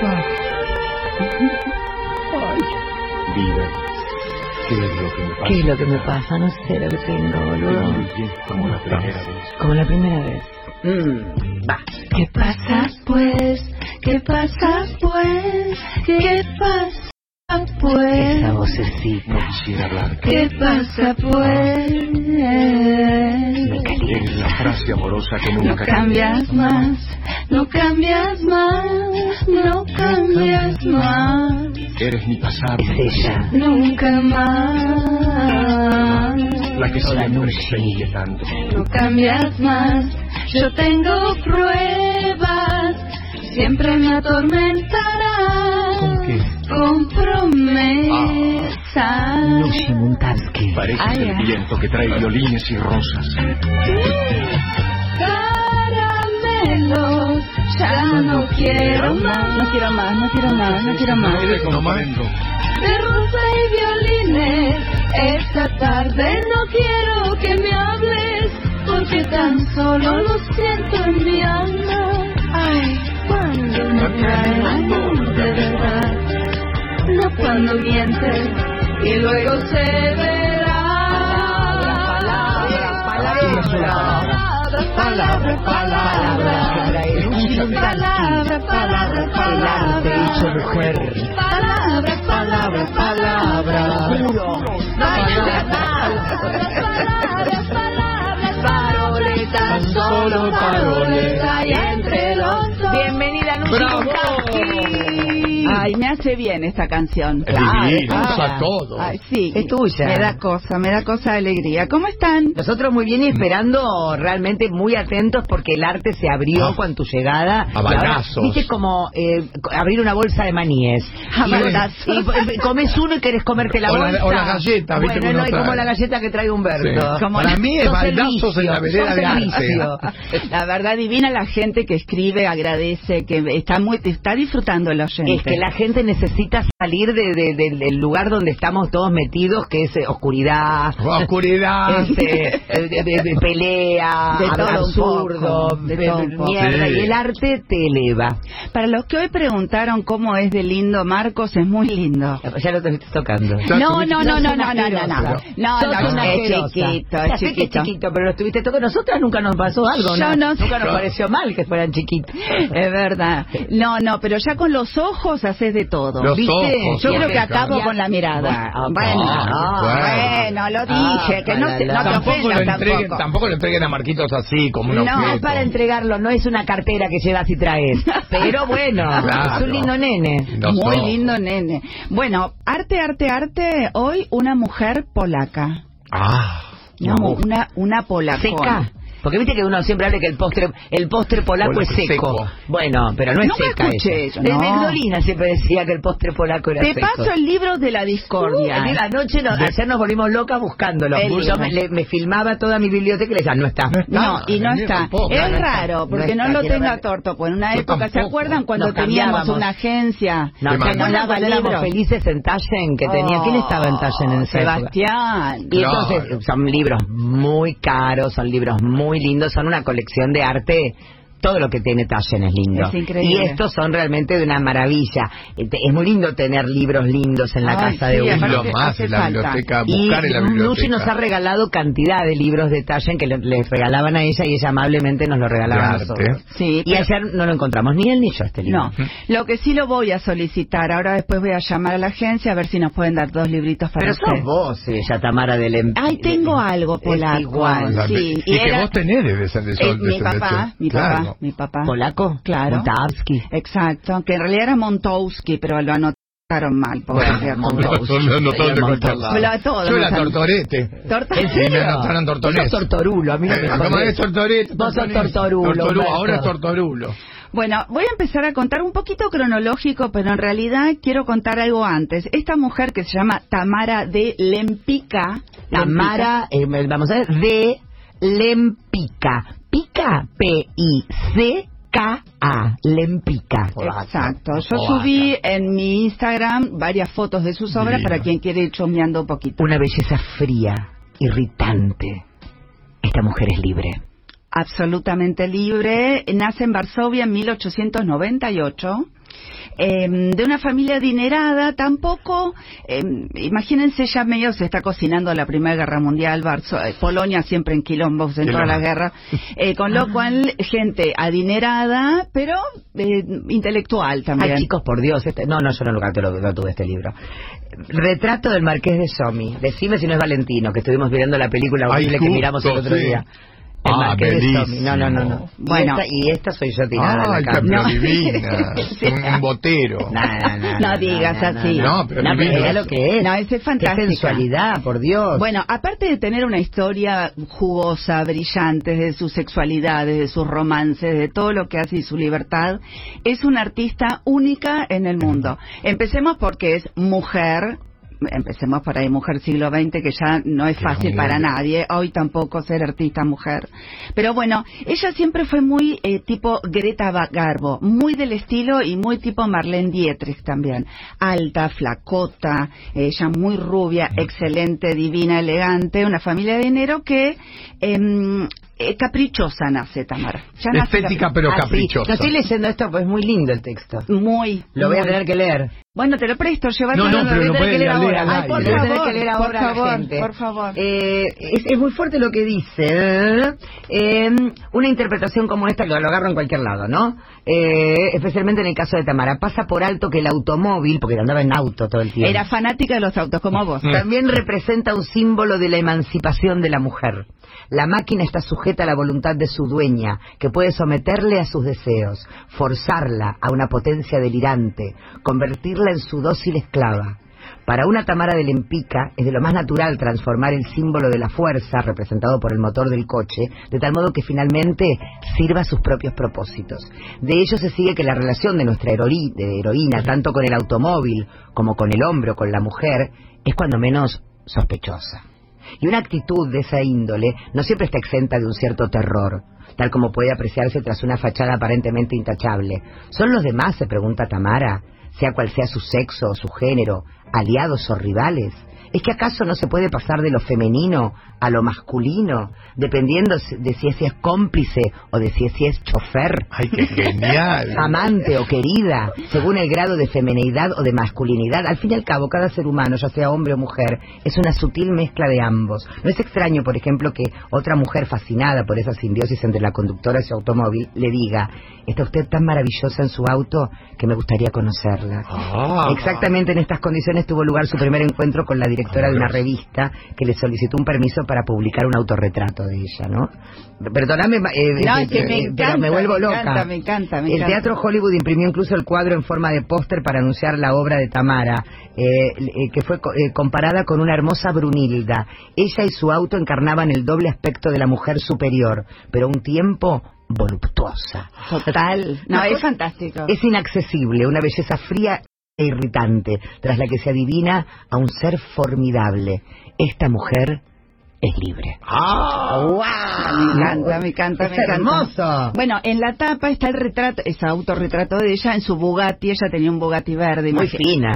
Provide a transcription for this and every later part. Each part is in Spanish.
papá. Ay, Vida. ¿Qué es lo que me pasa? ¿qué es lo que me pasa? No sé lo que tengo, boludo. Como la primera vez. Como la primera vez. Mm, va. ¿Qué pasa pues? ¿Qué pasa pues? ¿Qué pasa pues? Esa No vocecita. quisiera hablar. ¿Qué pasa pues? Eres la frase amorosa que No nunca cambias más, no cambias más, no cambias más, Eres mi pasado. nunca más. La que siempre seguí tanto. No cambias más, yo tengo pruebas, siempre me atormentarás ¿Con qué? con promesas. Pareces el viento que trae violines y rosas. Caramelo, ya no quiero más. No quiero más, no quiero más, no quiero más. Eres como mando. De rosa y violines, esta tarde no quiero que me hables, porque tan solo lo siento en mi alma. Ay, cuando me traen amor de verdad, no cuando mientes y luego se verá. palabras, Palabras, palabras, palabras, palabras. Palabra, palabra, palabra. Palabras, palabras, palabras. Palabras, palabras, palabras. Paroleta, solo paroleta y entre los dos. Bienvenida, Lucy ¡Bravo! Bukowski. Ay, me hace bien esta canción. Es divina, usa todo. Ay, sí. Es tuya. Me da cosa, me da cosa de alegría. ¿Cómo están? Nosotros muy bien y esperando realmente muy atentos porque el arte se abrió Ah. con tu llegada. A balazos. Viste como eh, abrir una bolsa de maníes. A Y- balazos. y- y comes uno y querés comerte la O la- bolsa. o la galleta, viste, que Bueno, uno no, es como trae. la galleta que trae Humberto. Sí. Para mí es Son balazos en la servicio, vereda de son arte. servicio. La verdad divina la gente que escribe, agradece, que está muy está disfrutando el oyente. Es que la gente necesita salir de- de- del- del lugar donde estamos todos metidos, que es eh, oscuridad, Oscuridad. este, de, de- de pelea, De todo un absurdo, poco, de de- todo un de poco. mierda, Sí. y el arte te eleva. Para los que hoy preguntaron cómo es de lindo Marcos, es muy lindo. Ya lo estás tocando. Ya No, estuviste- no, no, no, no, no, no, no, Asquerosa. no, Sos no, una es asquerosa. chiquito, Ya es sé que es chiquito. chiquito, pero lo estuviste tocando. Nosotras nunca nos pasó algo, Yo ¿no? no sé. Nunca nos pareció mal que fueran chiquitos. Es verdad. No, no, pero ya con los ojos haces de todo. Los ¿Viste? ojos, Yo la creo que oreja. acabo Ya. con la mirada. Bueno, Bueno, ah, bueno, lo dije, Ah, que no, te- no te Tampoco lo ofendas entreguen, tampoco. tampoco lo entreguen a Marquitos así, como un No, objeto. Es para entregarlo, no es una cartera que llevas y traes. Pero bueno, Claro. es un lindo nene. Los Muy ojos. lindo, nene. Bueno, arte, arte, arte. Hoy una mujer polaca. Ah. No, No. una, una polaca. Seca. Porque viste que uno siempre habla que el postre el postre polaco Polaco es seco. seco. Bueno, pero no es Nunca seca escuché eso. eso, no. El Megdolina siempre decía que el postre polaco era Te seco. paso el libro de la discordia. Uh, anoche no- ayer nos volvimos locas buscándolo. El Yo libro. me, le- me filmaba toda mi biblioteca y le decía, no está. No, y no Ni está. tampoco. Es No, no está. raro, No porque no, está, lo quiero tenga ver. torto. Pues en una Yo época, ¿se tampoco. acuerdan cuando Nos teníamos cambiábamos. una agencia? Te No, ¿te acordás mandaba cuando éramos libros? felices en Taschen que tenía? ¿Quién estaba en Taschen en esa época? Oh, Sebastián. Y Claro. entonces son libros muy caros, son libros muy lindos, son una colección de arte. Todo lo que tiene Taschen es lindo. Es increíble. Y estos son realmente de una maravilla. Este, Es muy lindo tener libros lindos en la Ay, casa sí, de Es uno. aparte lo más hace en la falta. biblioteca, Y buscar en la Lucy biblioteca. nos ha regalado cantidad de libros de Taschen que le- les regalaban a ella y ella amablemente nos los regalaba a De arte. nosotros. Sí, y pero- ayer no lo encontramos, ni él ni yo este libro. No, lo que sí lo voy a solicitar. Ahora después voy a llamar a la agencia a ver si nos pueden dar dos libritos para Pero usted. sos vos, ella, Tamara del Em- Ay, tengo algo polaco. igual. La- sí. Y, que era- vos tenés de descend- de- es mi descendencia. papá, mi papá, Claro. mi papá. ¿Polaco? Claro. Moldavsky. Exacto, que en realidad era Montowski, pero lo anotaron mal, pobre criatura. Lo- lo- lo notaron de cualquier lado. Lo- todo, Yo lo era notaron. tortorete. ¿Torta? ¿En serio? Y me anotaron tortonés. Sos tortorulo, a mí no me Eh, ¿Cómo jodés. es tortorete? Vos sos Tortonés. tortorulo. Tortorulo, Humberto. ahora es tortorulo. Bueno, voy a empezar a contar un poquito cronológico, pero en realidad quiero contar algo antes. Esta mujer que se llama Tamara de Lempica. Tamara, eh, vamos a ver, de Lempica. Pica, P-I-C-K-A. Lempica. Exacto. Yo Polaca. subí en mi Instagram varias fotos de sus obras Divina. para quien quiere ir chusmeando un poquito. Una belleza fría, irritante. Esta mujer es libre. Absolutamente libre. Nace en Varsovia en 1898. eh, de una familia adinerada, tampoco, eh, imagínense ya medio se está cocinando la Primera Guerra Mundial, Barso- eh, Polonia siempre en quilombos en todas Quilombo. las guerras, eh, con Ah. lo cual gente adinerada, pero eh, intelectual también. Ay, chicos, por Dios. Este... No, no, yo no lo canto, lo, lo tuve este libro. Retrato del Marqués de Somi. Decime si no es Valentino, que estuvimos mirando la película Ay, horrible que justo, miramos el otro sí. día. El Ah, Marqués de Somi. bellísimo. No, no, no. no. Bueno. Y esta, y esta soy yo tirada en Ay, la cama. pero No. divina. Sí. un, un botero. No, no, no, No digas así. No, pero divino. mirá lo que es. No, ese es fantástica. Qué sensualidad, por Dios. Bueno, aparte de tener una historia jugosa, brillante, de su sexualidad, de sus romances, de todo lo que hace y su libertad, es una artista única en el mundo. Empecemos porque es mujer. Empecemos por ahí, mujer siglo XX, que ya no es Que fácil es muy para grande. nadie, hoy tampoco ser artista mujer. Pero bueno, ella siempre fue muy eh, tipo Greta Ba- Garbo, muy del estilo y muy tipo Marlene Dietrich también. Alta, flacota, ella muy rubia, excelente, divina, elegante, una familia de dinero que em, eh, caprichosa nace Tamara. Ya nace Estética, capri- pero Así. caprichosa. No estoy leyendo esto, pues es muy lindo el texto. muy. Lo voy a muy. tener que leer. Bueno, te lo presto, llévatelo. No, no, lo pero voy a lo tener puedes que leer leer ahora. al Ay, aire. por Lo voy a tener favor, que leer ahora a por la favor, gente. por favor. Eh, es, es muy fuerte lo que dice. Eh, una interpretación como esta, que lo agarro en cualquier lado, ¿no? Eh, especialmente en el caso de Tamara. Pasa por alto que el automóvil, porque andaba en auto todo el tiempo, Era fanática de los autos, como vos. también representa un símbolo de la emancipación de la mujer. La máquina está sujeta a la voluntad de su dueña, que puede someterle a sus deseos, forzarla a una potencia delirante, convertirla en su dócil esclava. Para una Tamara de Lempica es de lo más natural transformar el símbolo de la fuerza, representado por el motor del coche, de tal modo que finalmente sirva a sus propios propósitos. De ello se sigue que la relación de nuestra herori- de heroína, tanto con el automóvil como con el hombre o con la mujer, es cuando menos sospechosa. Y una actitud de esa índole no siempre está exenta de un cierto terror, tal como puede apreciarse tras una fachada aparentemente intachable. ¿Son los demás, se pregunta Tamara, sea cual sea su sexo o su género, aliados o rivales? ¿Es que acaso no se puede pasar de lo femenino a lo masculino, dependiendo si- de si ese es cómplice o de si ese es chofer? Ay, qué genial. amante o querida, según el grado de femineidad o de masculinidad. Al fin y al cabo, cada ser humano, ya sea hombre o mujer, es una sutil mezcla de ambos. No es extraño, por ejemplo, que otra mujer fascinada por esa simbiosis entre la conductora y su automóvil le diga, está usted tan maravillosa en su auto que me gustaría conocerla. Ah. Exactamente en estas condiciones tuvo lugar su primer encuentro con la directora de una revista que le solicitó un permiso para publicar un autorretrato de ella, ¿no? Perdóname, ma- eh, No, eh, es que me eh, pero encanta, me vuelvo me loca. encanta, me encanta, me el encanta. Teatro Hollywood imprimió incluso el cuadro en forma de póster para anunciar la obra de Tamara, eh, eh, que fue co- eh, comparada con una hermosa Brunilda. Ella y su auto encarnaban el doble aspecto de la mujer superior, pero a un tiempo voluptuosa. Total. No, Una es cosa- fantástico. Es inaccesible, una belleza fría e irritante, tras la que se adivina a un ser formidable. Esta mujer es libre. Ah. Me encanta, me encanta, Es me encanta. hermoso. Bueno, en la tapa está el retrato, ese autorretrato de ella en su Bugatti. Ella tenía un Bugatti verde. Ah, Muy imagi- fina.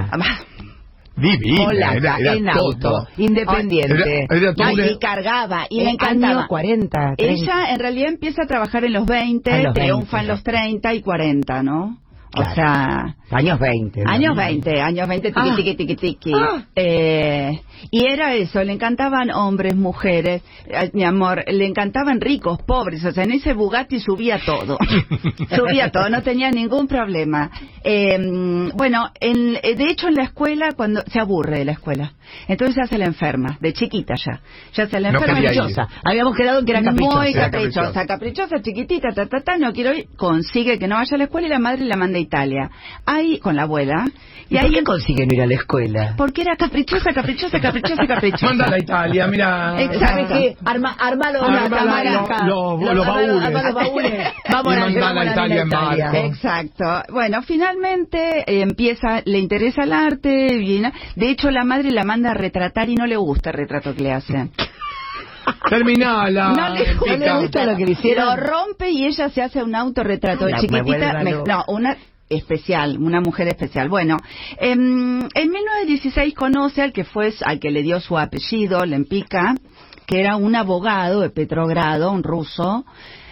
Divina. Polaca, era, era en todo. auto, independiente. Era- era todo No, un- e- y cargaba y Eh, le encantaba. año 40, 30. Ella en realidad empieza a trabajar en los 20, A los 20, triunfa en ya. los 30 y 40, ¿no? O Claro. sea, Años 20. ¿no? años 20, años 20, tiqui, Ah. tiqui, tiqui, tiqui. Ah. Eh, y era eso, le encantaban hombres, mujeres, eh, mi amor, le encantaban ricos, pobres, o sea, en ese Bugatti subía todo, subía todo, no tenía ningún problema. Eh, bueno, en- eh, de hecho en la escuela, cuando se aburre de la escuela, entonces ya se la enferma, de chiquita ya, ya se la No enferma. quería ir. Caprichosa. Habíamos quedado en que era caprichosa. Muy Era caprichosa, caprichosa. caprichosa, chiquitita, ta, ta, ta, no quiero ir. Consigue que no vaya a la escuela y la madre la manda a Italia. Ahí, con la abuela. Y, ¿Y ahí, em- ahí consiguen ir a la escuela? porque era caprichosa, caprichosa, caprichosa, caprichosa. Mándala a Italia, mira. Exacto. ¿Sabe Ah, qué? Arma, armalo, Ármala, lo- lo- los baúles. Vamos Y a mandala vamos a Italia en barco. Exacto. Bueno, finalmente eh, empieza, le interesa el arte. y na- de hecho, la madre la manda a retratar y no le gusta el retrato que le hacen. Terminala. No le, Pica. no le gusta lo que le hicieron. Lo rompe y ella se hace un autorretrato de La- me chiquitita. vuelva me- loca. no, una especial, una mujer especial. Bueno, em, en 1916 conoce al que fue, al que le dio su apellido, Lempica, que era un abogado de Petrogrado, un ruso.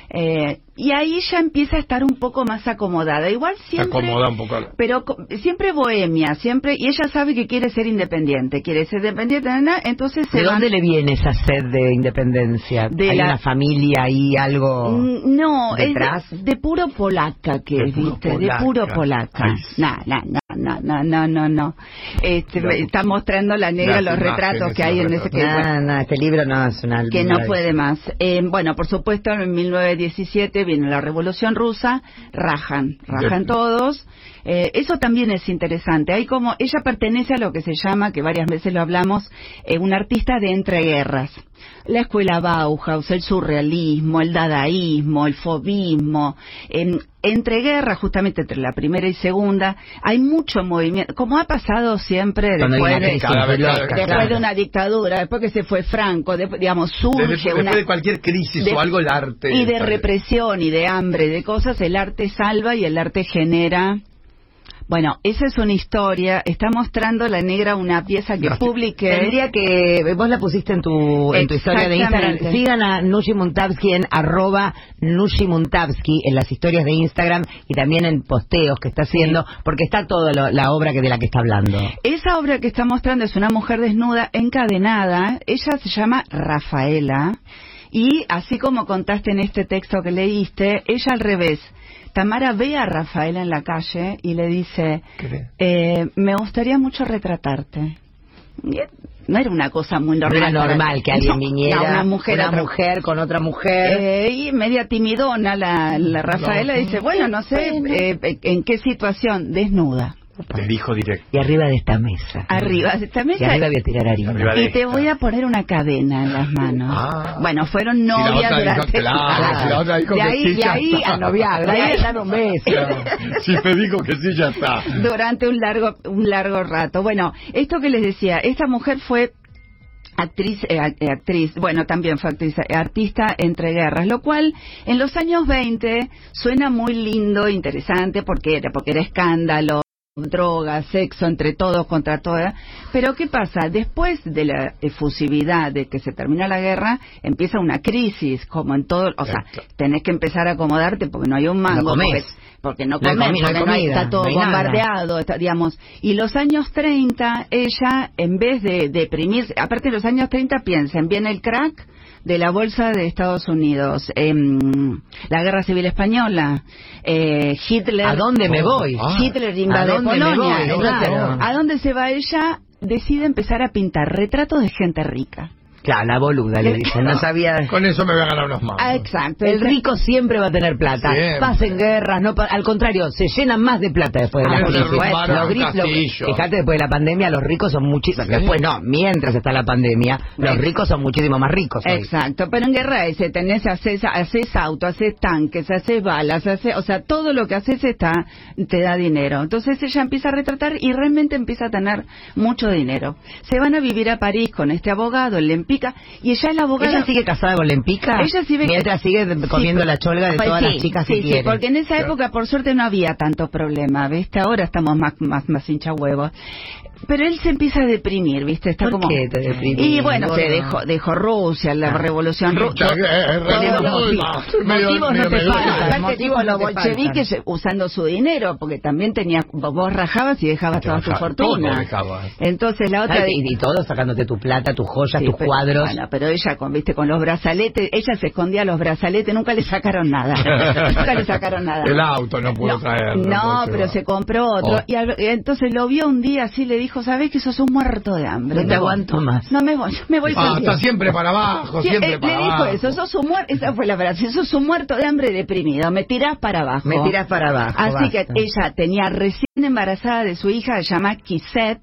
eh, Y ahí ya empieza a estar un poco más acomodada. Igual siempre. acomoda un poco. Pero co- siempre bohemia, siempre. Y ella sabe que quiere ser independiente, quiere ser dependiente. na, na, Entonces se ¿De van- dónde le viene esa sed de independencia? De ¿Hay la- una familia ahí, algo...? Mm, No, es detrás? de, de puro polaca que De es, puro viste, polaca. de puro polaca. Ay, sí. No, no, no, no, no, no, no, no. Este, La- me está mostrando la negra las los retratos imágenes, que hay los en ese que, retratos. bueno, No, no, este libro no es una... que no puede más. Eh, bueno, por supuesto, en 1917 viene la Revolución Rusa, rajan, rajan De- todos. Eh, eso también es interesante. Hay como ella pertenece a lo que se llama, que varias veces lo hablamos, eh, un artista de entreguerras. La escuela Bauhaus, el surrealismo, el dadaísmo, el fobismo. En, entre guerras, justamente entre la primera y segunda, hay mucho movimiento, como ha pasado siempre Cuando hay después una de- crisis cada vez- cada vez- loca, después claro. de una dictadura, después que se fue Franco, después, digamos, surge Desde- después una... de cualquier crisis de- o algo, el arte. y de sale. represión y de hambre, de cosas, el arte salva y el arte genera... Bueno, esa es una historia. Está mostrando la negra una pieza que publiqué. Tendría que... Vos la pusiste en tu, en tu historia de Instagram. Exactamente. Sigan a Nushi Muntabsky en arroba Nushi Muntabsky en las historias de Instagram y también en posteos que está haciendo, porque está toda lo- la obra que de la que está hablando. Esa obra que está mostrando es una mujer desnuda, encadenada. Ella se llama Rafaela. Y así como contaste en este texto que leíste, ella al revés. Tamara ve a Rafaela en la calle y le dice, eh, me gustaría mucho retratarte. Y, eh, No era una cosa muy No normal. era para- normal que alguien No, viniera, no, una mujer, una atra- mujer con otra mujer. eh, y media timidona la, la Rafaela dice, bueno, no sé eh, eh, en qué situación, desnuda, Le dijo directo. Y arriba de esta mesa. arriba de esta mesa. Y arriba voy a tirar harina. Arriba de Y te esta. voy a poner una cadena en las manos. Ah. Bueno, fueron la novias otra dijo, durante... claro, si la otra dijo de que ahí, sí, de ya ahí está. a noviar, de ahí- un beso. Si te dijo que sí, ya está. durante un largo, un largo rato. Bueno, esto que les decía, esta mujer fue actriz, eh, act- eh, actriz, bueno, también fue actriz, eh, artista entre guerras, lo cual en los años 20 suena muy lindo, interesante, porque era, porque era escándalo droga, sexo entre todos contra todas, pero ¿qué pasa? Después de la efusividad de que se termina la guerra, empieza una crisis, como en todo, o sea, Exacto. tenés que empezar a acomodarte porque no hay un mango, comés. porque, porque no No hay comer, comi- no hay porque no hay- comida, está todo no hay nada. bombardeado, está- digamos. Y los años 30, ella, en vez de deprimirse, aparte de los años 30, piensen, viene el crack de la bolsa de Estados Unidos, em, la guerra civil española, eh, Hitler. Oh, ¿A dónde me voy? Ah, Hitler invade ¿A dónde me Polonia. voy? Entonces, Claro. ¿A dónde se va ella? Decide empezar a pintar retratos de gente rica. Claro, la boluda le dicen, no sabía. Con eso me voy a ganar unos más. Ah, exacto. El rico siempre va a tener plata. Siempre. Pasen guerras, no pa- al contrario, se llenan más de plata después de Ah, la le crisis. robaron Los un gris- los- castillo. Fíjate, después de la pandemia, los ricos son muchísimos. Después no, mientras está la pandemia, los Sí. ricos son muchísimo más ricos. hoy. Exacto, pero en guerra ese tenés, haces, haces auto, haces tanques, haces balas, haces, o sea, todo lo que haces está, te da dinero. Entonces ella empieza a retratar y realmente empieza a tener mucho dinero. Se van a vivir a París con este abogado, el Lempica, y ella el abogado... ¿Ella sigue casada con Lempica? Ella sigue- Mientras sigue comiendo Sí, la cholga de pues todas sí, las chicas sí, que sí, quiere. porque en esa época, por suerte, no había tanto problema, ¿viste? Ahora estamos más, más, más hincha huevos. Pero él se empieza a deprimir, ¿viste? Está ¿Por como... qué te deprimís, y bueno, se gordo? dejó, dejó Rusia, la Ah. revolución rusa. Mucha guerra, Tenemos todo el motivos. mundo. Medio- Motivos no medio- te medio- faltan. Aparte, motivos tipo, no los te bolcheviques usando su dinero, porque también tenía, vos rajabas y dejabas Te toda tu bajaba, todo fortuna. dejabas. Entonces la otra... Ay, Y, y todo sacándote tu plata, tus joyas, Sí, tus pero- cuadros. Bueno, pero ella con, viste, con los brazaletes, ella se escondía los brazaletes, nunca le sacaron nada. nunca le sacaron nada. El auto no puedo No, traer. no, pero se compró otro. Oh. Y al- y entonces lo vio un día así, le dijo, ¿sabés que sos un muerto de hambre? No te Me voy. aguanto más. No me voy, yo me voy Ah, contigo". está siempre para abajo, Sí, siempre eh, para le dijo abajo. eso, sos un muerto, esa fue la frase, sos un muerto de hambre deprimido, me tirás para abajo. Me tiras para abajo. Así que basta. ella tenía recién embarazada de su hija, se llama Kisette,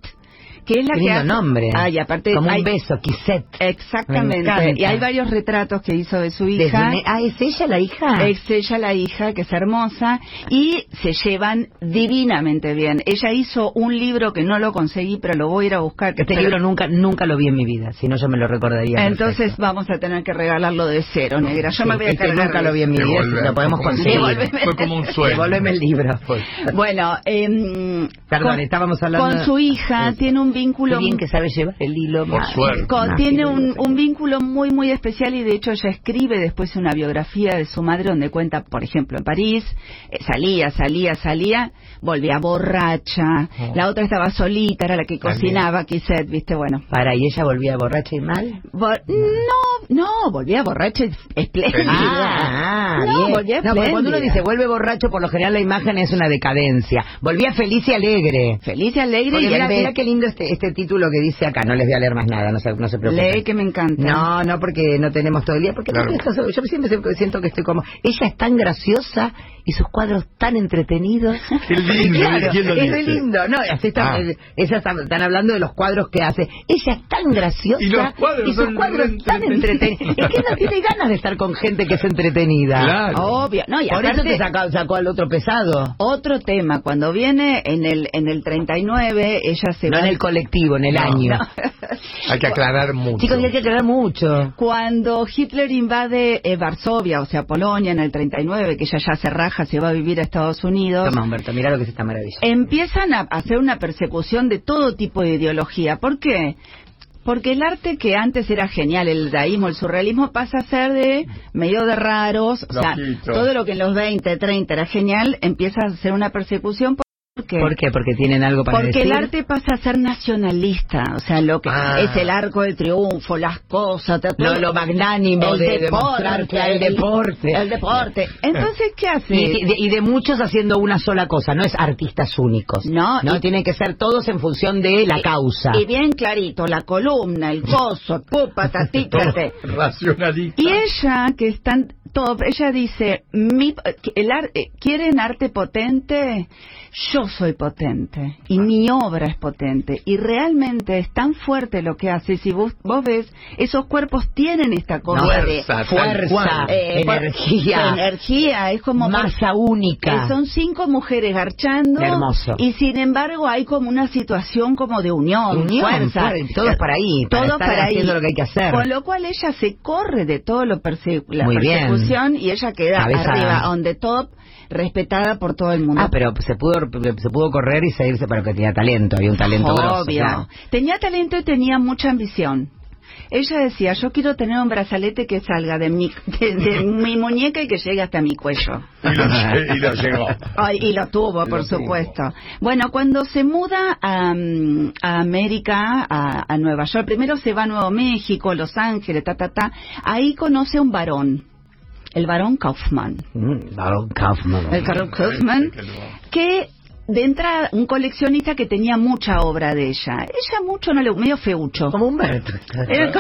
que es la Qué que lindo hace- nombre. Ay, aparte Como hay- un beso, Kisette. Me encanta. Exactamente. Y hay varios retratos que hizo de su Desde Ah. hija. ne- Ah, ¿es ella la hija? Es ella la hija, que es hermosa, y se llevan divinamente bien. Ella hizo un libro que no lo conseguí, pero lo voy a ir a buscar. que Este espero- libro nunca nunca lo vi en mi vida, si no yo me lo recordaría. Entonces perfecto. vamos a tener que regalarlo de cero, negra. Yo me voy a Este cargar. nunca lo vi en mi vida, Devolver. si lo podemos conseguir. Devolver. Fue como un sueño. Devolveme el libro. Fue- Bueno, em, Perdón, estábamos hablando- Con su hija, Sí. tiene un vínculo bien que sabe llevar el hilo. Por suerte. con- Nah, tiene qué un, lindo. un vínculo muy muy especial y de hecho ella escribe después una biografía de su madre donde cuenta, por ejemplo, en París, eh, salía, salía, salía, volvía borracha, Oh. la otra estaba solita, era la que También. cocinaba, quizás, viste, bueno. Para, y ella volvía borracha y mal. Vol- no, no, volvía borracha es- espléndida. Ah, No, bien. volvía No, porque cuando uno espléndida. dice vuelve borracho, por lo general la imagen es una decadencia. Volvía feliz y alegre. feliz y alegre Porque y mira, en vez- mira qué lindo este, este título que dice acá. No les voy a leer más nada, no se, no se preocupen. Lee que me encanta. No, no, porque no tenemos todo el día. Porque Claro. no, esto- yo siempre siempre siento que estoy como. Ella es tan graciosa y sus cuadros tan entretenidos. Qué lindo, Claro, ¿quién lo es re dice? lindo. No, así está- Ah. eh, ellas están, están hablando de los cuadros que hace. Ella es tan graciosa Y los cuadros y sus son cuadros re tan entretenidos. Es que no tiene ganas de estar con gente que es entretenida. Claro. Obvio, no, y Por eso aparte- te sacó, sacó al otro pesado. Otro tema, cuando viene en el en el 39, ella se no va en el colectivo, en el No. año. Hay que aclarar mucho. Chicos, y hay que aclarar mucho. Cuando Hitler invade eh, Varsovia, o sea, Polonia en el 39, que ella ya se raja, se va a vivir a Estados Unidos, Toma, Humberto, mira lo que es esta maravilla. empiezan a hacer una persecución de todo tipo de ideología. ¿Por qué? Porque el arte que antes era genial, el daísmo, el surrealismo, pasa a ser de medio de raros. O sea, Loquito. todo lo que en los 20, 30 era genial, empieza a ser una persecución. ¿Por qué? ¿Por qué? Porque tienen algo para Porque decir. el arte pasa a ser nacionalista, o sea, lo que Ah. es el arco de triunfo, las cosas, ta- Lo, todo. lo magnánimo El de deporte, demostrar que hay el- deporte. El deporte. Entonces, ¿qué hace? Y, de, y de muchos haciendo una sola cosa, no es artistas únicos. No, no y- Eh, tienen que ser todos en función de la causa. Y bien clarito, la columna, el coso, pupa, tatícate. Racionalista. Y ella, que es tan top, ella dice, mi, el ar- eh, ¿quieren arte potente? Yo soy potente Ah. y mi obra es potente. Y realmente es tan fuerte lo que hace. Si vos, vos ves, esos cuerpos tienen esta cosa de... Fuerza, tal fuerza, cual. eh, energía, energía, es como... masa única. Eh, son cinco mujeres garchando. Hermoso. Y sin embargo hay como una situación como de unión, Unión, fuerza. fuer- todos para ahí, para Todos estar para haciendo ahí. lo que hay que hacer. Con lo cual ella se corre de todo lo perse- la Muy bien. persecución y ella queda Cabeza- arriba, on the top, respetada por todo el mundo. Ah, pero se pudo se pudo correr y seguirse, pero que tenía talento, había un talento grosso. Obvio. claro. Tenía talento y tenía mucha ambición. Ella decía, yo quiero tener un brazalete que salga de mi, de- de mi muñeca y que llegue hasta mi cuello. Y lo, lle- y lo llegó. Ay, y lo tuvo, Lo por tuvo. supuesto. Bueno, cuando se muda a, mm, a América, a, a Nueva York, primero se va a Nuevo México, Los Ángeles, ta, ta, ta. Ahí conoce a un varón, el varón Kaufman. Mm, Baron Kaufman. El varón Kaufman, que de entrada, un coleccionista que tenía mucha obra de ella. Ella mucho no le... medio feucho. Como Humberto. Era co-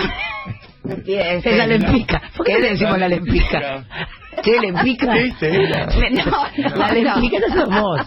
Bien, Es la sí, ¿no? lempica. ¿Por qué le decimos la lempica? ¿Qué lempica? No, no, La no. lempica no sos vos.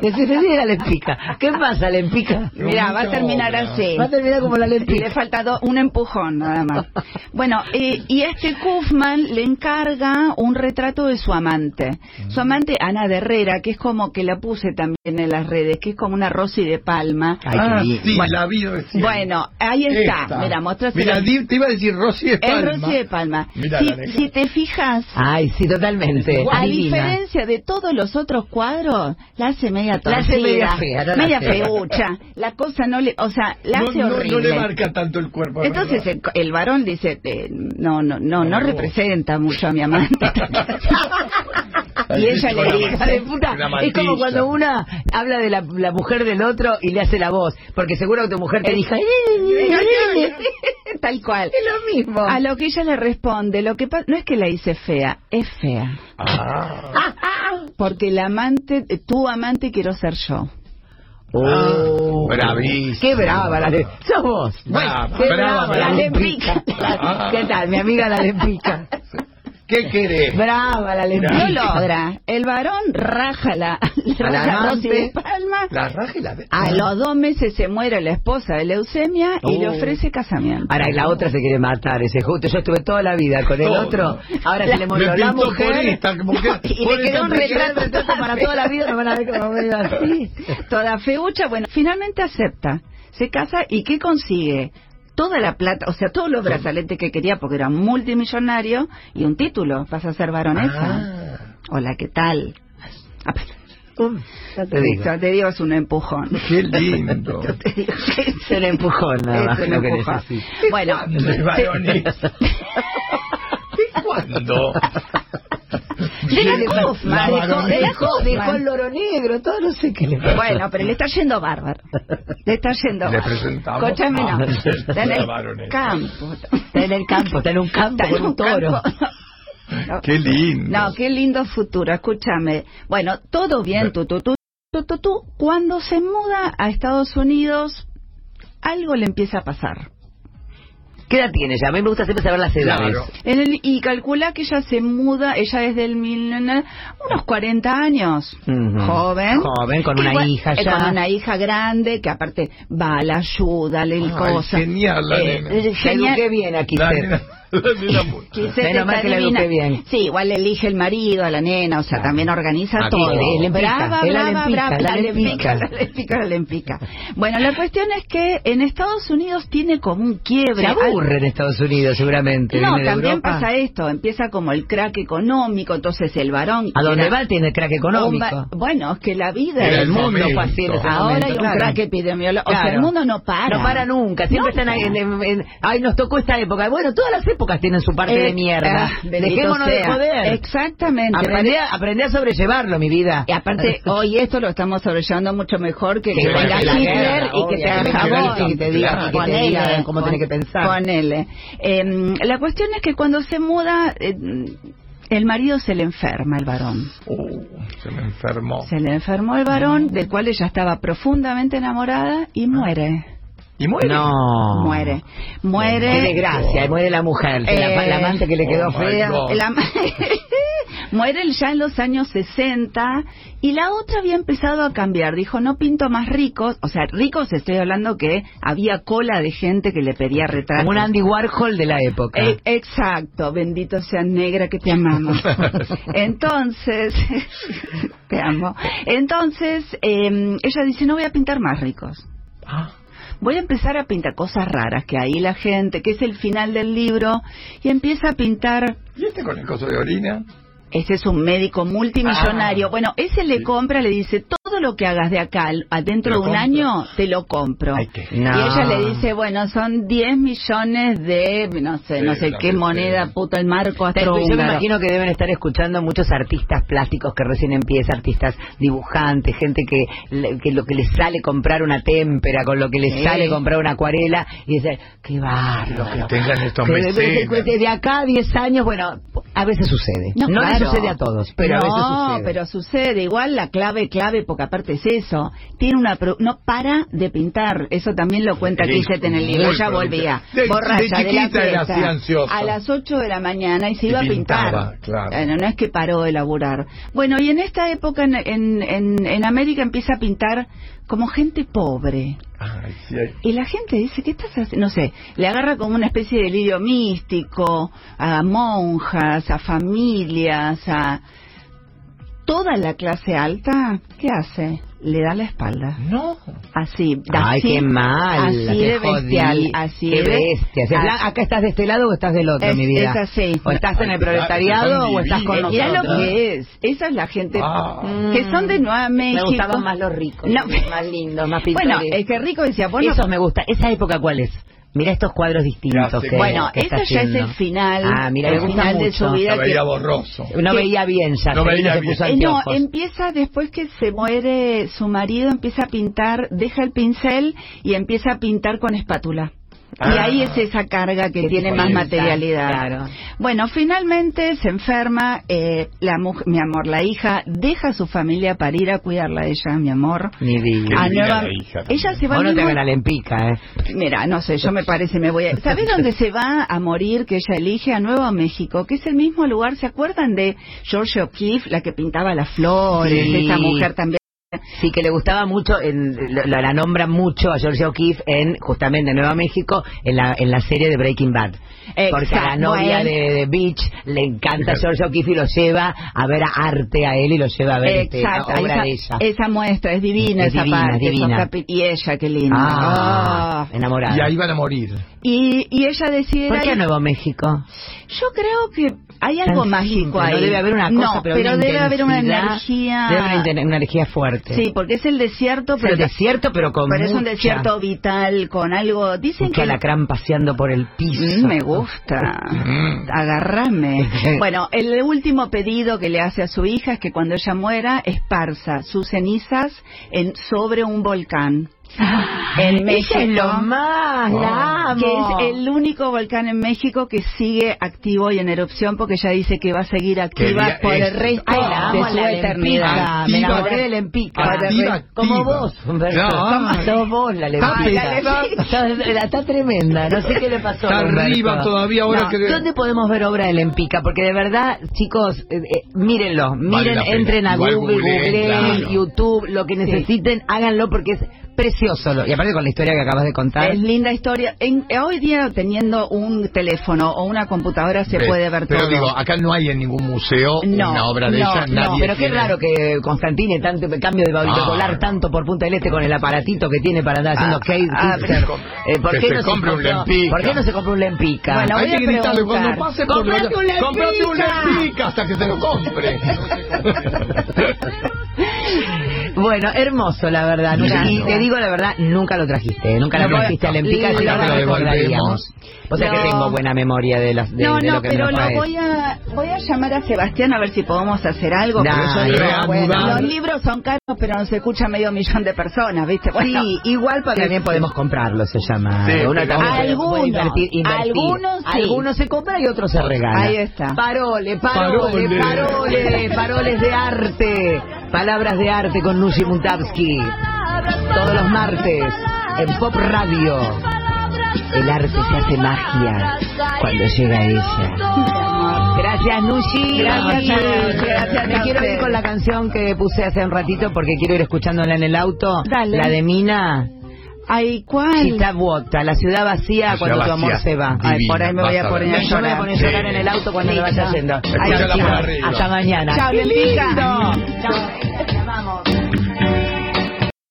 Decís, "Sí, la lempica. ¿Qué pasa, lempica? Mira, va a terminar así. Va a terminar como la Y le lempica. falta do- un empujón nada más. Bueno, eh, y este Kaufman le encarga un retrato de su amante. Su Mm. amante, Ana de Herrera, que es como que la puse también en las redes, que es como una Rosy de Palma. Ay, qué Ah, bien. sí, Bueno, la vi recién. Bueno, ahí está. Esta. Mira, Mira, mostrásela. di- te iba a decir Rosy de Es Palma. Rosy de Palma. Mira, Ah, Si- la negra. si te fijas, Ay, sí, totalmente. A Adivina. diferencia de todos los otros cuadros, la hace media torcida, La hace media fea, no la media hace. feucha, la cosa no le, o sea, la no, hace no- no horrible. le marca tanto el cuerpo. Entonces ¿verdad? el, el varón dice, eh, no, no, no, no Como vos. representa mucho a mi amante. Y ella le Una dice, matiza, "Hija de puta, una es como matiza. cuando una habla de la, la mujer del otro y le hace la voz, porque seguro que tu mujer te dijo, "Eh, eh, eh, eh". Tal cual. es lo mismo. A lo que ella le responde, lo que pa- no es que la hice fea, es fea. Ah, Porque el amante, eh, tu amante quiero ser yo. Oh. bravísimo. Qué brava la de... Sos vos. Brava, qué brava, la brava. lempica. Ah. ¿Qué tal? Mi amiga la lempica. ¿Qué querés? Brava la No lempica. logra. El varón raja la, le A la raja a Rosy de amante. Palma. La raja y la de... A los dos meses se muere la esposa de leucemia y le Oh. ofrece casamiento. Ahora, y la otra se quiere matar, ese justo. Yo estuve toda la vida con el Todo. otro. Ahora se le Me murió la pintó mujer. por esta mujer. y Por le quedó esta un mujer. retrato entonces, para toda la vida. Me van a ver como medio así. Toda feucha, bueno, finalmente acepta, se casa y ¿qué consigue? Toda la plata, o sea, todos los brazaletes que quería porque era multimillonario y un título, vas a ser baronesa. Ah, Hola, ¿qué tal? Ah, pues, Ya te digo. Víctor, te digo, es un empujón. Qué lindo. Yo te digo, es Se le empujó nada más es un lo que empujón. necesita. Bueno, ¿Cuándo, varones? ¿Cuándo? de la La Kaufman, de Co- de varonesa. la Kaufman. oro negro, todo no sé qué le Bueno, pero le está yendo bárbaro. Le está yendo Le bárbaro. presentamos Escúchame, a no. Está en la el varonesa. campo. Está en el campo, está en un campo Está en con un toro. campo. No. Qué lindo. No, qué lindo futuro, escúchame. Bueno, todo bien, tú, tú, tú, tú, tú, tú. Cuando se muda a Estados Unidos, algo le empieza a pasar. ¿Qué edad tiene ya? A mí me gusta siempre saber las edades. Claro. En el- y calcula que ella se muda, ella es del mil, unos 40 años, Ujú. joven. Joven, con una hija eh, ya. Con una hija grande, que aparte va, la ayuda, le el Ay, cosa. genial la nena. eh, La genial. eduqué bien aquí, La Fer. nena- la nena muy- Quizás Menos mal está que la divina. eduqué bien. Sí, igual elige el marido, a la nena, o sea, también organiza Ah, todo. bien, bien, brava, es la brava, lempica, brava, la lempica. la lempica, la lempica. Bueno, la cuestión es que en Estados Unidos tiene como un quiebre. Se aburre en Estados Unidos, seguramente. No, Viene de también Europa. pasa esto, empieza como el crack económico, entonces el varón... A donde era va tiene crack un económico. va- Bueno, es que la vida... Era es- el mundo fue así en ese Ahora hay un claro. crack epidemiológico. O sea, Claro. el mundo no para. No para nunca, siempre No están ahí en, para. en- en- Ay, nos tocó esta época. Bueno, todas las épocas tienen su parte Eh, de mierda. ah, bendito Dejémonos sea. de joder. Exactamente. Aprende a, aprendí a sobrellevarlo, mi vida. Y aparte, hoy esto lo estamos sobrellevando mucho mejor que Sí, que bueno, venga que la Hitler guerra, y que obvio, te haga que venga jabón Hitler y que te diga- y que te Ponele, diga cómo pon- tiene que pensar. Ponele. Eh, la cuestión es que cuando se muda, eh, el marido se le enferma, el varón. Uh, se me enfermó. Se le enfermó el varón, del cual ella estaba profundamente enamorada Ah. y muere. Y muere. No. Muere. Muere. Qué desgracia, muere la mujer, que la, Eh, la amante que le quedó oh my fea. God. El am- Muere ya en los años 60 y la otra había empezado a cambiar. Dijo, no pinto más ricos. O sea, ricos estoy hablando que había cola de gente que le pedía retratos. Como un Andy Warhol de la época. E- exacto, bendito sea negra que te amamos. Entonces, te amo. Entonces, eh, ella dice, no voy a pintar más ricos. Ah, Voy a empezar a pintar cosas raras que ahí la gente, que es el final del libro, y empieza a pintar ¿Y este con el coso de orina? Ese es un médico multimillonario. Ah. bueno, ese le Sí. compra, le dice, todo lo que hagas de acá al- a dentro Lo de un compro. año, te lo compro. Ay, qué- No. Y ella le dice, Este, bueno, son 10 millones de, no sé, Sí, no sé la qué que moneda, sea. puta, el marco Te- Yo me astrohúngaro. imagino que deben estar escuchando muchos artistas plásticos que recién empiezan, artistas dibujantes, gente que, le- que lo que les sale comprar una témpera, con lo que les Sí. sale comprar una acuarela, y dicen, qué bárbaro. Lo que tengan estos Que de- de- pues, mecenas. de, de acá a 10 años, bueno, a veces sucede. No, le claro. sucede a todos, pero a no, veces sucede. pero sucede. Igual la clave, clave, porque aparte es eso. Tiene una pro- no para de pintar. Eso también lo cuenta Eres Kisset en el libro. muy Ella productiva. volvía, De- borracha de de, la chiquita era fiesta, así ansiosa. A las 8 de la mañana y se Y iba a pintaba, pintar. claro. Bueno, no es que paró de laburar. Bueno, y en esta época en, en, en, en América empieza a pintar como gente pobre. Ay, sí, hay- Y la gente dice, ¿qué estás haciendo? No sé, le agarra como una especie de delirio místico a monjas, a familias, a toda la clase alta. ¿Qué hace? Le da la espalda. No. Así, Ay, así, qué mal. Así qué de bestial, jodí- así qué de- bestia. O sea, así- la- acá estás de este lado o estás del otro, Es- mi vida. es así. O estás en el Ay, qué proletariado divinos. o estás con no, Mirá nosotros. lo que es. Esa es la gente Ah. que son de Nueva México. Me gustaban más los ricos, No. más lindos, más Bueno, pintores. es que rico decía, vos no Esos me gusta. ¿Esa época cuál es? Mira estos cuadros Ya distintos. sé que- Bueno, que está eso ya es haciendo. el final, Ah, mira, el me gusta final de mucho. su vida. La que- veía borroso. No que- veía bien ya. No se- veía se bien. puso Eh, no, anteojos. empieza después que se muere su marido, empieza a pintar, deja el pincel y empieza a pintar con espátula. Y Ah. ahí es esa carga que Qué tiene tipo más de materialidad. mensaje, claro. Bueno, finalmente se enferma, eh, la muj- mi amor, la hija deja a su familia para ir a cuidarla a ella, mi amor. Mi vida. A divina Nueva- la hija también. ella Ah, se va Vos al no te mismo- hagas la lempica, ¿eh? Mira, no sé, yo me parece, me voy a... ¿Sabés dónde se va a morir que ella elige? A Nuevo México, que es el mismo lugar, ¿se acuerdan de George O'Keeffe, la que pintaba las flores, Sí. esa mujer también? Sí, que le gustaba mucho, en- la, la nombran mucho a Georgia O'Keeffe en, justamente, Nueva México, en la, en la serie de Breaking Bad. Porque a la Exacto, novia él- de, de Beach le encanta Georgia O'Keeffe y lo lleva a ver a arte a él y lo lleva a ver este, Exacto, la obra esa, de ella. esa muestra es divina, Es esa divina, parte. esos divina. capi- y ella, qué linda. Ah, Ah. enamorada. Y ahí van a morir. Y, y ella decide... ¿Por ir qué ahí- Nuevo México? Yo creo que hay algo Tan mágico simple, ahí. No debe haber una cosa, No, pero, pero, hay una debe haber una intensidad, energía... Debe haber una, inten- una energía fuerte. Sí, porque es el desierto, Es pero, el desierto, pero con pero es un mucha- desierto vital, con algo... Dicen Un que... alacrán paseando por el piso. Mm, me gusta. Mm. Mm. Agarrame. Bueno, el último pedido que le hace a su hija es que cuando ella muera esparza sus cenizas en sobre un volcán. En México. Ah. Ella Ah, es lo más, la que amo. es el único volcán en México que sigue activo y en erupción porque ella dice que va a seguir activa día por el es. resto Ay, la amo de a su la eternidad. Lempica. Me Activa, enamoré de Lempica. activa, activa. Como vos, Humberto. Claro. Sos vos la Está Lempica. pesada. Está, está- está tremenda. No sé qué le pasó. Está a Humberto. arriba todavía ahora No, que- ¿Dónde podemos ver obra de Lempica? Porque de verdad, chicos, eh, eh, mírenlo. Miren, la pena. entren a Igual Google, googleen, Google, claro. YouTube, lo que necesiten, háganlo porque es precioso. lo- Y aparte con la historia que acabas de contar. Es linda historia. En- eh, hoy día teniendo un teléfono o una computadora se Ve, puede ver Pero todo. digo, acá no hay en ningún museo No, una obra de no, ella. no. nadie Pero qué tiene- Ah. raro que Constantine tanto el cambio de Babilonia No, volar no. tanto por Punta del Este con el aparatito que tiene para andar haciendo Ah, Kate ah, Hipster. pero- Eh, ¿por Que qué se no se compre un compró- Lempica. ¿Por qué no se compra un lempica? Bueno, Hay voy que a gritarle preguntar. cuando pase por ¡Comprate la- un Lempica! ¡Comprate un Lempica hasta que se lo compre. Bueno, hermoso la verdad. Divino. Nunca- Y te digo la verdad, nunca lo trajiste. ¿eh? Nunca lo Nunca. trajiste al Lempica, Nunca si no lo te lo devolvemos. recordaríamos. O sea No. que tengo buena memoria de, las, de, no, de no, lo que pero me lo traes. voy a, voy a llamar a Sebastián a ver si podemos hacer algo. porque Dale, yo digo, reanudar. bueno, los libros son caros, pero nos escucha medio millón de personas, ¿viste? Bueno, Sí, igual porque también podemos comprarlo, se llama. Sí, Uno pero- también puede- Algunos, puede invertir, invertir. algunos sí. Algunos se compran y otros se regalan. Ahí está. Parole, parole, Parole. parole, paroles de arte. Palabras de arte con Nushi Muntavsky. Todos los martes en Pop Radio. El arte se hace magia cuando llega ella. Gracias, Nushi. Gracias, Nushi. Gracias Me a quiero ir ustedes. con la canción que puse hace un ratito porque quiero ir escuchándola en el auto. Dale. La de Mina. ay, ¿cuál? Ciudad Bogotá, la ciudad vacía La ciudad cuando tu amor vacía. se va. Ay, por ahí me voy Vas a a poner a ver. Yo me voy a llorar. poner a llorar Sí. en el auto cuando me vaya yendo. Escúchala Ay, por chicos, arriba. Hasta mañana. Chao, ¡Qué Lempica. lindo!